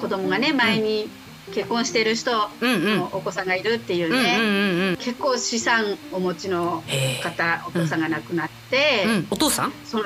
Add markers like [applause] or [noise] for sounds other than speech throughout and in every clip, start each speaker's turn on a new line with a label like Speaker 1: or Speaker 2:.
Speaker 1: 子供がね前に結婚してる人
Speaker 2: うんうん
Speaker 1: のお子さんがいるっていう
Speaker 2: うんうん
Speaker 1: ね、
Speaker 2: うんうん
Speaker 1: 結構資産お持ちの
Speaker 2: へー
Speaker 1: 方お父さんが亡くなって、
Speaker 2: うんお父さん
Speaker 1: その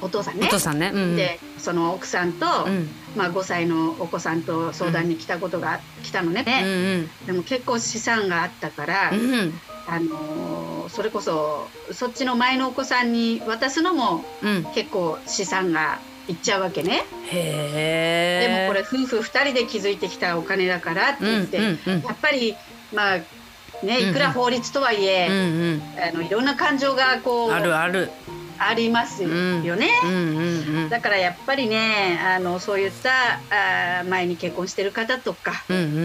Speaker 1: お父さん
Speaker 2: お
Speaker 1: ね
Speaker 2: 父さんねうんうん
Speaker 1: でその奥さんと、
Speaker 2: うん
Speaker 1: まあ、5歳のお子さんと相談に来たことが、来たのね、
Speaker 2: うん
Speaker 1: でも結構資産があったから、
Speaker 2: うんうん
Speaker 1: あのーそれこそそっちの前のお子さんに渡すのも
Speaker 2: うん
Speaker 1: 結構資産がいっちゃうわけね、
Speaker 2: へ
Speaker 1: でも
Speaker 2: え
Speaker 1: これ夫婦2人で築いてきたお金だからって言って、
Speaker 2: うんうんうん
Speaker 1: やっぱりまあねいくら法律とはいえ、
Speaker 2: うんうん
Speaker 1: あのいろんな感情がこう
Speaker 2: あるある
Speaker 1: ありますよね。
Speaker 2: うんうんうん
Speaker 1: だからやっぱりねあのそういったあー前に結婚してる方とか、
Speaker 2: うんうんう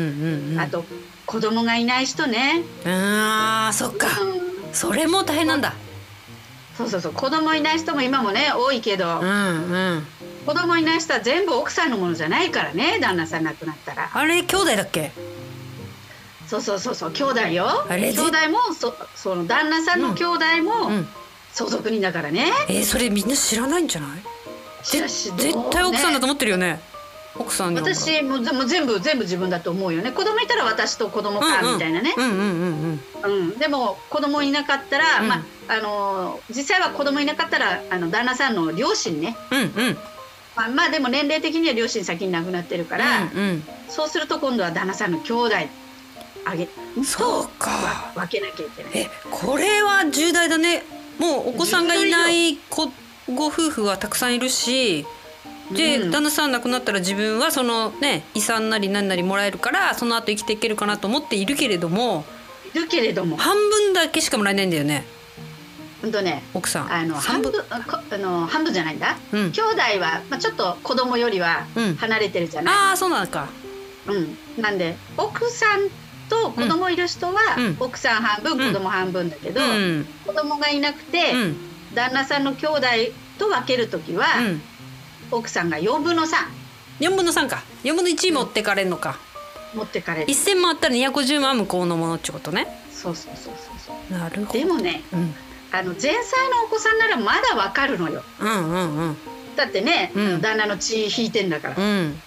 Speaker 2: んうん
Speaker 1: あと子供がいない人ね、
Speaker 2: あーそっか
Speaker 1: うん
Speaker 2: それも大変なんだ
Speaker 1: そうそうそう子供いない人も今もね多いけど、
Speaker 2: うんうん
Speaker 1: 子供いない人は全部奥さんのものじゃないからね旦那さん亡くなったら
Speaker 2: あれ兄弟だっけ
Speaker 1: そうそうそうそう兄弟よ
Speaker 2: あ
Speaker 1: 兄
Speaker 2: れ
Speaker 1: 弟もそその旦那さんの兄弟
Speaker 2: う
Speaker 1: も
Speaker 2: ん
Speaker 1: 相続人だからね、
Speaker 2: えーそれみんな知らないんじゃない
Speaker 1: し
Speaker 2: ぜ
Speaker 1: かし
Speaker 2: 絶対奥さんだ
Speaker 1: ね
Speaker 2: と思ってるよね奥さんなんか
Speaker 1: 私もうぜもう全部全部自分だと思うよね子供いたら私と子供かみたいなね、
Speaker 2: うんうんうんうん
Speaker 1: うん、でも子供いなかったら、
Speaker 2: うん
Speaker 1: まああのー実際は子供いなかったらあの旦那さんの両親ね、
Speaker 2: うんうん
Speaker 1: まあ、まあでも年齢的には両親先に亡くなってるから、
Speaker 2: うん
Speaker 1: そうすると今度は旦那さんの兄弟あげ
Speaker 2: うんそうか
Speaker 1: 分けなきゃいけない
Speaker 2: えこれは重大だねもうお子さんがいない子ご夫婦はたくさんいるしで、
Speaker 1: うん
Speaker 2: 旦那さん亡くなったら自分はそのね遺産なり何なりもらえるからその後生きていけるかなと思っているけれども
Speaker 1: いるけれども
Speaker 2: 半分だけしかもらえないんだよね
Speaker 1: ほんとね
Speaker 2: 奥さん。
Speaker 1: あの半分こあの半分じゃないんだ、
Speaker 2: うん
Speaker 1: 兄弟は、まあ、ちょっと子供よりは
Speaker 2: うん
Speaker 1: 離れてるじゃない、
Speaker 2: ああそうなのか。
Speaker 1: うん、なんで奥さんと子供いる人は、
Speaker 2: うん
Speaker 1: 奥さん半分、
Speaker 2: うん
Speaker 1: 子供半分だけ
Speaker 2: う
Speaker 1: ど、
Speaker 2: んうん
Speaker 1: 子供がいなくて、
Speaker 2: うん
Speaker 1: 旦那さんの兄弟と分けるときは、奥さんが4分の3
Speaker 2: 4分の3か4分の1持ってかれるのか、
Speaker 1: 持ってかれる
Speaker 2: 1,000万あったら250万向こうのものってことね
Speaker 1: そうそうそうそうそう
Speaker 2: なるほど
Speaker 1: でもね
Speaker 2: うん、
Speaker 1: あの前妻のお子さんならまだ分かるのよ
Speaker 2: うんうんうん
Speaker 1: だってね、
Speaker 2: うん
Speaker 1: 旦那の血引いてんだから、
Speaker 2: うん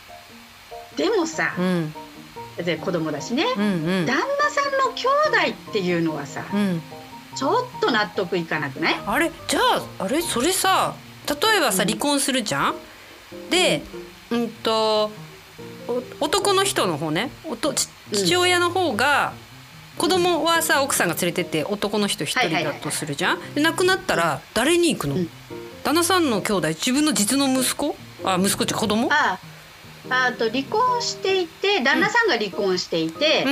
Speaker 1: でもさ
Speaker 2: う、ん
Speaker 1: で子供だしね、
Speaker 2: うんうん
Speaker 1: 旦那さんの兄弟っていうのはさ
Speaker 2: うん
Speaker 1: ちょっと納得いかなくない
Speaker 2: あれじゃああれそれさ例えばさ
Speaker 1: うん
Speaker 2: 離婚するじゃん、でうんとお男の人の方ねおとち
Speaker 1: うん
Speaker 2: 父親の方が子供はさ奥さんが連れてって男の人一人だとするじゃん、で亡くなったら誰に行くの、
Speaker 1: うん
Speaker 2: 旦那さんの兄弟自分の実の息子あ息子っていうか子供
Speaker 1: あああと離婚していて旦那さんが離婚していて、
Speaker 2: う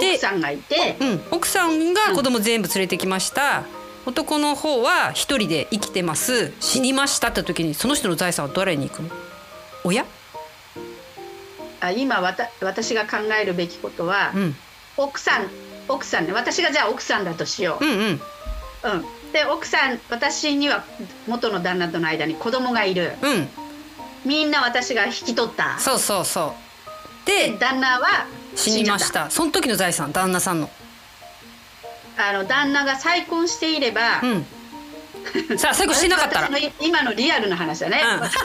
Speaker 2: んで
Speaker 1: 奥さんがいて
Speaker 2: うん、奥さんが子供全部連れてきました、男の方は一人で生きてます死にましたって時にその人の財産は誰に行くの親
Speaker 1: あ今わた私が考えるべきことは、
Speaker 2: うん、
Speaker 1: 奥さん奥さんね私がじゃあ奥さんだとしよ
Speaker 2: うんうん
Speaker 1: う、うんで奥さん私には元の旦那との間に子供がいる
Speaker 2: うん
Speaker 1: みんな私が引き取った
Speaker 2: そうそうそう
Speaker 1: で
Speaker 2: で
Speaker 1: 旦那は
Speaker 2: 死にまし
Speaker 1: 死んじゃった
Speaker 2: その時の財産旦那さんの
Speaker 1: たあの旦那が再婚していれば、
Speaker 2: うんさあ最後してなかったら
Speaker 1: [laughs] 私の今のリアルな話だね、
Speaker 2: うん
Speaker 1: 私旦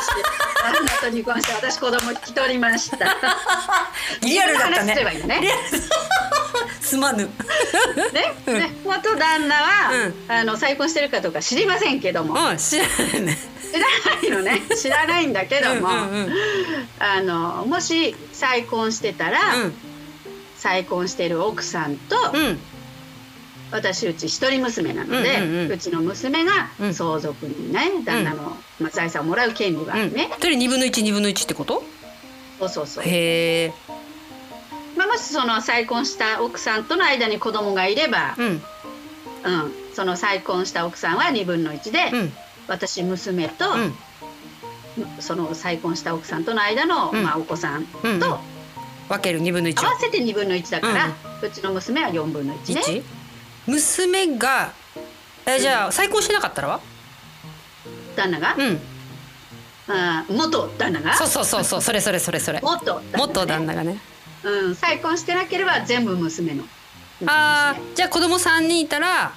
Speaker 1: 那と離婚して私子供引き取りました
Speaker 2: リアルだった
Speaker 1: 自分の話すれば
Speaker 2: ね
Speaker 1: いいよねね
Speaker 2: [laughs] すまぬうん
Speaker 1: ね元旦那は、
Speaker 2: う
Speaker 1: あの再婚してるかどうか知りませんけども
Speaker 2: うん知らないね
Speaker 1: 知らないのね知らないんだけども、
Speaker 2: うんうんうん
Speaker 1: あのもし再婚してたら、再婚してる奥さんと、
Speaker 2: うんうん
Speaker 1: 私うち一人娘なので、
Speaker 2: う
Speaker 1: うん
Speaker 2: うんうん
Speaker 1: ちの娘
Speaker 2: う
Speaker 1: が
Speaker 2: ん
Speaker 1: 相続にね、旦那の、まあ、財産をもらう権利があ
Speaker 2: う
Speaker 1: る
Speaker 2: ん
Speaker 1: ね、
Speaker 2: それ二分の一二分の一ってこと
Speaker 1: そうそうそう、
Speaker 2: へえ
Speaker 1: まあ、もしその再婚した奥さんとの間に子供がいれば、
Speaker 2: うん
Speaker 1: うんその再婚した奥さんは2分の1で、
Speaker 2: うん
Speaker 1: 私娘と、
Speaker 2: うん
Speaker 1: その再婚した奥さんとの間の、
Speaker 2: うん
Speaker 1: まあ、お子さんと、
Speaker 2: うん
Speaker 1: 合わ
Speaker 2: 分ける二分の一を
Speaker 1: せて2分の1だから、
Speaker 2: う
Speaker 1: う
Speaker 2: ん
Speaker 1: ちの娘は4分の1ね。
Speaker 2: 一娘がえじゃあ再婚してなかったらは
Speaker 1: 旦那が、
Speaker 2: うん
Speaker 1: あー元旦那が
Speaker 2: そうそうそうそう [laughs] それそれそれそれ
Speaker 1: 元旦那、ね、
Speaker 2: 元旦那がね
Speaker 1: うん、再婚してなければ全部娘の
Speaker 2: あーじゃあ子供三人いたら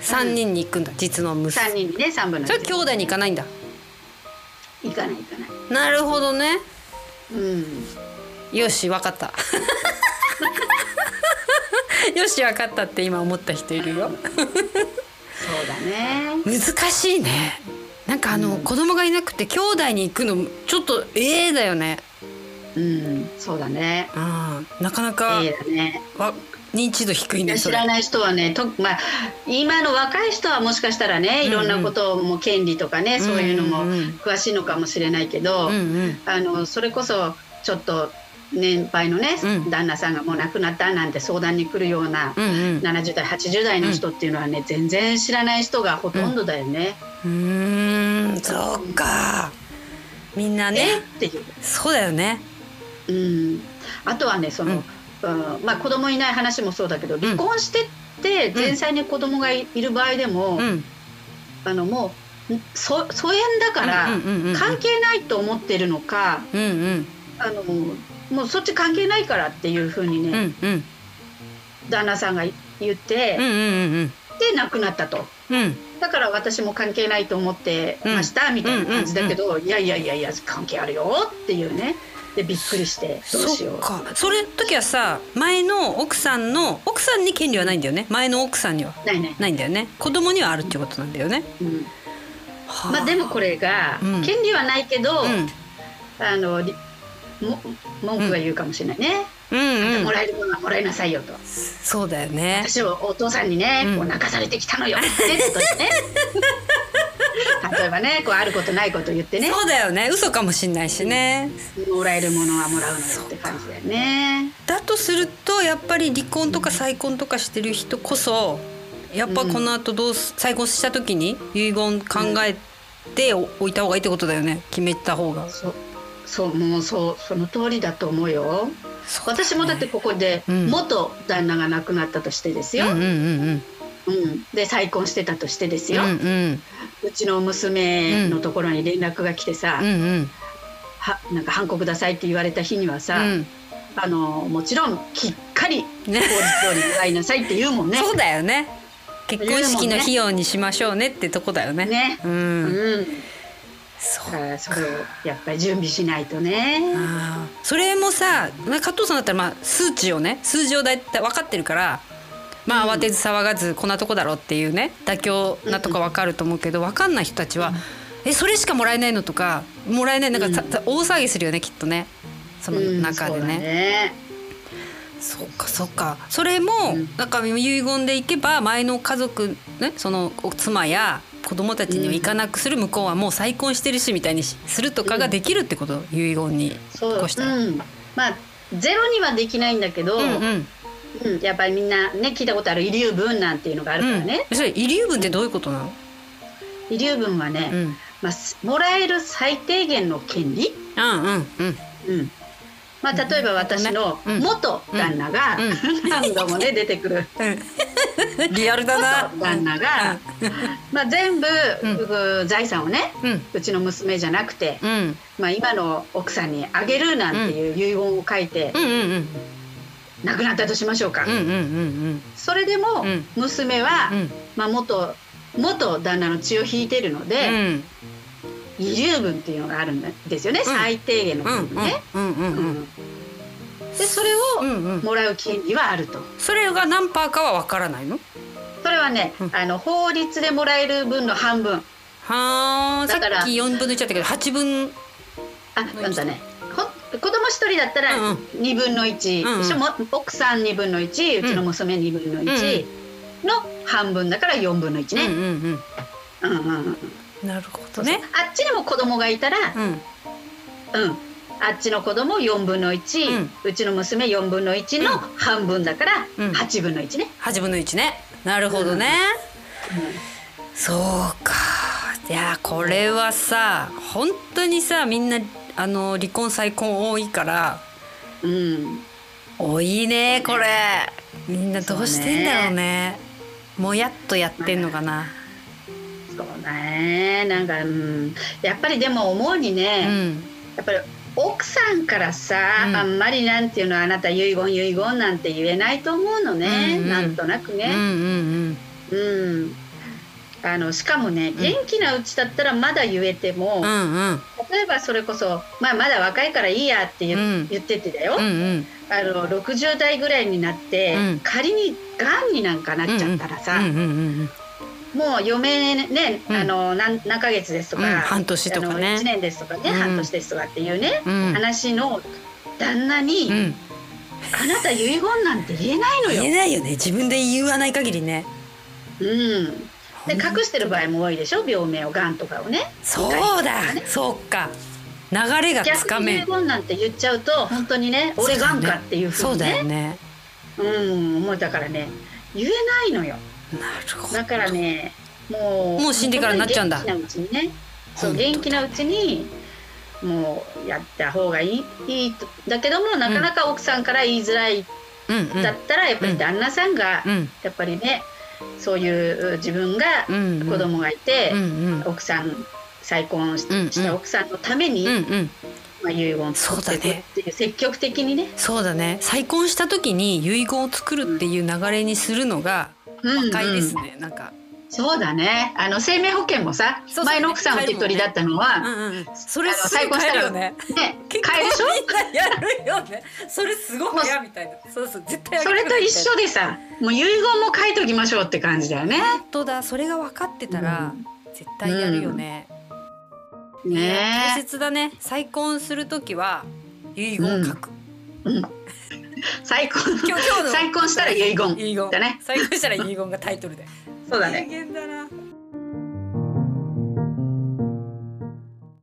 Speaker 2: 三人に行くんだ実の
Speaker 1: 3
Speaker 2: 娘
Speaker 1: 人で3分の
Speaker 2: それは
Speaker 1: 1
Speaker 2: 兄弟に行かないんだ
Speaker 1: いかないいかない
Speaker 2: なるほどね
Speaker 1: うん
Speaker 2: よしわかった [laughs] よしわかったって今思った人いるよ
Speaker 1: そうだね
Speaker 2: 難しいねなんかあの、
Speaker 1: うん
Speaker 2: 子供がいなくて兄弟に行くのちょっとええだよね、
Speaker 1: うんそうだね
Speaker 2: うん、なかなか、
Speaker 1: ええだね
Speaker 2: わ認知度低いねそ
Speaker 1: 知
Speaker 2: れ
Speaker 1: らない人はねと、まあ、今の若い人はもしかしたらねいろんなことも権利とかね、そういうの
Speaker 2: うん
Speaker 1: も
Speaker 2: うん
Speaker 1: 詳しいのかもしれないけど、
Speaker 2: うんうん
Speaker 1: あのそれこそちょっと年配のね、
Speaker 2: うん
Speaker 1: 旦那さんがもう亡くなったなんて相談に来るような
Speaker 2: うんうん
Speaker 1: 70代80代の人っていうのはね、全然知らない人がほとんどだよね。
Speaker 2: うーんそうかみんな
Speaker 1: え
Speaker 2: ね
Speaker 1: っていう。
Speaker 2: そうだよね
Speaker 1: うん、あとはねその、うんまあ、子供いない話もそうだけど離婚してって前妻に子供がいいる場合でも、
Speaker 2: うん
Speaker 1: あのもうんそ疎遠だから
Speaker 2: うんうんうんうん
Speaker 1: 関係ないと思ってるのか、
Speaker 2: うんうん
Speaker 1: あのもうそっち関係ないからっていうふうに
Speaker 2: うんう
Speaker 1: ね、
Speaker 2: んうん
Speaker 1: 旦那さんが言って、
Speaker 2: うんうん
Speaker 1: で亡くなったと。
Speaker 2: うんうん
Speaker 1: だから私も関係ないと思ってました、みたいな感じだけど、いやいやいやいや関係あるよっていうねでびっくりしてどうしよ
Speaker 2: そうっかそれ時はさ前の奥さんの奥さんに権利はないんだよね前の奥さんには
Speaker 1: ないない、
Speaker 2: ないんだよね子供にはあるっていうことなんだよね、
Speaker 1: うん、
Speaker 2: はあ
Speaker 1: まあでもこれが、
Speaker 2: うん
Speaker 1: 権利はないけど、
Speaker 2: うん
Speaker 1: あのりも文句は言うかもしれないね、
Speaker 2: うんう
Speaker 1: も
Speaker 2: ん
Speaker 1: らえるものはもらいなさいよと
Speaker 2: そうだよね
Speaker 1: 私をお父さんにね、
Speaker 2: うん
Speaker 1: こう泣かされてきたの
Speaker 2: [laughs]
Speaker 1: よってことでね例えばねこうあることないこと言ってね
Speaker 2: そうだよね嘘かもしんないしね、
Speaker 1: もらえるものはもらうのよって感じだよね。
Speaker 2: だとするとやっぱり離婚とか再婚とかしてる人こそやっぱこの後どうす、再婚した時に遺言考えておおいた方がいいってことだよね決めた方が
Speaker 1: そそうもうそうその通りだと思うよ
Speaker 2: そう
Speaker 1: 私もだってここで
Speaker 2: うん
Speaker 1: 元旦那が亡くなったとしてです
Speaker 2: う
Speaker 1: よ、
Speaker 2: んうんうんうん
Speaker 1: うんで再婚してたとしてですよ、
Speaker 2: うんうん
Speaker 1: うちの娘のところに連絡が来てさ、
Speaker 2: うんうん
Speaker 1: はなんか「反抗ください」って言われた日にはさ、
Speaker 2: うん
Speaker 1: あのもちろんきっかり法
Speaker 2: ね
Speaker 1: 律通り払いなさいって言うもんね。
Speaker 2: そうだよね結婚式の費用にしましょうねってとこだよね
Speaker 1: ね
Speaker 2: う
Speaker 1: うんん、
Speaker 2: そ
Speaker 1: だ
Speaker 2: う
Speaker 1: からそれをやっぱり準備しないとね。
Speaker 2: あーそれもさまあ加藤さんだったらまあ数値をね数字をだいたい分かってるからまあ慌てず騒がずこんなとこだろうっていうね妥協なとか分かると思うけど分かんない人たちは「えそれしかもらえないの?」とか「もらえない」なんかさ
Speaker 1: うん
Speaker 2: さ大騒ぎするよねきっとねその
Speaker 1: うん
Speaker 2: 中で
Speaker 1: そうだ
Speaker 2: ね。
Speaker 1: ね
Speaker 2: そうかそうかそれも、
Speaker 1: うん
Speaker 2: なんか遺言でいけば前の家族、ね、そのお妻や子供たちには行かなくする向こうはもう再婚してるしみたいにしするとかができるってこと、遺言に
Speaker 1: そう
Speaker 2: 越したら。
Speaker 1: うん、まあゼロにはできないんだけど、
Speaker 2: う
Speaker 1: うん
Speaker 2: うんん
Speaker 1: やっぱりみんなね聞いたことある遺留分なんていうのがあるからね、
Speaker 2: うん、それ遺留分ってどういうことなの、
Speaker 1: 遺留分はね、
Speaker 2: うん、うん
Speaker 1: まあ、すもらえる最低限の権利、
Speaker 2: うんうん
Speaker 1: うんまあ、例えば私の
Speaker 2: うん
Speaker 1: 元旦那が、
Speaker 2: う
Speaker 1: [laughs] 何度もね出てくる
Speaker 2: リアルだな
Speaker 1: 元旦那が、まあ、全部、う財産をね
Speaker 2: うん
Speaker 1: うちの娘じゃなくて、
Speaker 2: うん
Speaker 1: まあ、今の奥さんにあげるなんていう遺言を書いて、
Speaker 2: うんうんうん
Speaker 1: 亡くなったとしましょうか、
Speaker 2: うんうんうん
Speaker 1: それでも
Speaker 2: うん
Speaker 1: 娘は、
Speaker 2: うん
Speaker 1: まあ、元元旦那の血を引いてるの
Speaker 2: う
Speaker 1: で、
Speaker 2: ん
Speaker 1: 遺留分っていうのがあるんですよね、
Speaker 2: うん
Speaker 1: 最低限の
Speaker 2: うん
Speaker 1: 部分ね。
Speaker 2: うんうん
Speaker 1: う
Speaker 2: う
Speaker 1: んんでそれ
Speaker 2: う
Speaker 1: を
Speaker 2: んうん
Speaker 1: もらう権利はあると。
Speaker 2: それが何パーかはわからないの
Speaker 1: それはね、
Speaker 2: うん
Speaker 1: あの法律でもらえる分の半分。
Speaker 2: はあ、さ
Speaker 1: だから
Speaker 2: っき四分の一だったけど、八分。
Speaker 1: あ、なんだね。ほ子供一人だったら
Speaker 2: うん
Speaker 1: 二分の一、
Speaker 2: うんうん
Speaker 1: でしょも奥さん二分の一、うちの娘二分の一の半分だから四分の一
Speaker 2: うん
Speaker 1: ね。
Speaker 2: うん
Speaker 1: うんうんうん。
Speaker 2: うん。なるほど
Speaker 1: そう
Speaker 2: ね
Speaker 1: ね。。あっちにも子供がいたら、
Speaker 2: うん。
Speaker 1: うん。あっちの子供4分の1、
Speaker 2: う
Speaker 1: うんちの娘4分の1の半分だから
Speaker 2: うん
Speaker 1: 8分の1ね、
Speaker 2: 八分の一ね。なるほどね。そうか。いや、これはさ、本当にさ、みんな、あの離婚再婚多いから。
Speaker 1: うん
Speaker 2: 多いね、これ。みんなどうしてんだろうね。もやっとやってんのかな。
Speaker 1: そうねなんか、うん、やっぱりでも思うに
Speaker 2: う
Speaker 1: ね、
Speaker 2: ん。
Speaker 1: やっぱり奥さんからさ、
Speaker 2: うん
Speaker 1: あんまりなんていうのあなた遺言遺言なんて言えないと思うのね、
Speaker 2: うんうん
Speaker 1: なんとなく
Speaker 2: うんう
Speaker 1: ね。
Speaker 2: ん
Speaker 1: うん、あのしかもね元気なうちだったらまだ言えても、
Speaker 2: うん。うんうん。
Speaker 1: 例えばそれこそ、まあ、まだ若いからいいやって言,、
Speaker 2: うん
Speaker 1: 言っててだよ、
Speaker 2: うんうん
Speaker 1: あの60代ぐらいになって、
Speaker 2: うん
Speaker 1: 仮にがんになんかなっちゃったらさ、
Speaker 2: うんうんうん
Speaker 1: もう余命ね、
Speaker 2: うん
Speaker 1: あの何何ヶ月ですとか、
Speaker 2: うん半年とかね
Speaker 1: あの1年ですとかね、
Speaker 2: うん
Speaker 1: 半年ですとかっていうね、
Speaker 2: うん
Speaker 1: 話の旦那に、
Speaker 2: うんうん
Speaker 1: あなた遺言なんて言えないの
Speaker 2: 言え
Speaker 1: よ。
Speaker 2: ないよね自分で言わない限りね
Speaker 1: うん、で隠してる場合も多いでしょ病名をがんとかをね。
Speaker 2: そうだそうか流れがつ
Speaker 1: 逆
Speaker 2: か
Speaker 1: に
Speaker 2: め
Speaker 1: 遺
Speaker 2: ん
Speaker 1: 言なんて言っちゃうと本当にね俺がんかっていうふ
Speaker 2: そうう
Speaker 1: に
Speaker 2: だよ
Speaker 1: ね
Speaker 2: ね
Speaker 1: うん思うだからね言えないのよ
Speaker 2: なるほど
Speaker 1: だからねもう
Speaker 2: もう死んでからなっちゃうんだ
Speaker 1: 本当に元気なうちにねそう元気な
Speaker 2: 本当だ
Speaker 1: うちにもうやった方がいいいいとだけどもなかなか奥さんから言いづらい
Speaker 2: うんう
Speaker 1: だったらやっぱり旦那さんが
Speaker 2: ん
Speaker 1: やっぱりねそういう自分が
Speaker 2: うんうん
Speaker 1: 子供がいて
Speaker 2: うんうん
Speaker 1: 奥さん再婚し
Speaker 2: うんうん
Speaker 1: した奥さんのために、
Speaker 2: うんうん
Speaker 1: まあ、遺言を作っていくっていう積極的にね、
Speaker 2: そうだね再婚した時に遺言を作るっていう流れにするのが
Speaker 1: うんうん
Speaker 2: 若いですね、なんか、
Speaker 1: そうだねあの生命保険もさ
Speaker 2: そうそう
Speaker 1: 前の奥さんを受け取りだったのは、
Speaker 2: うんうん、それ
Speaker 1: あの
Speaker 2: す
Speaker 1: 再
Speaker 2: ご
Speaker 1: 婚
Speaker 2: い
Speaker 1: した
Speaker 2: 変え
Speaker 1: ら
Speaker 2: るよね
Speaker 1: ね
Speaker 2: 結
Speaker 1: 変えるでしょ
Speaker 2: 婚みんな [laughs] やるよねそれすごい嫌みたいなそうそう絶対
Speaker 1: それと一緒
Speaker 2: 本
Speaker 1: でさもう遺言も書いときましょうって感じだよね。
Speaker 2: 当だそれが分かってたら、絶対やるよね、いや大
Speaker 1: ね
Speaker 2: 切だね再婚する時は遺言を書く、
Speaker 1: 再婚
Speaker 2: 今日今日の
Speaker 1: 再婚したら遺言
Speaker 2: 遺言
Speaker 1: だね
Speaker 2: 再婚したら遺言がタイトルで
Speaker 1: そうだね
Speaker 2: 人間だ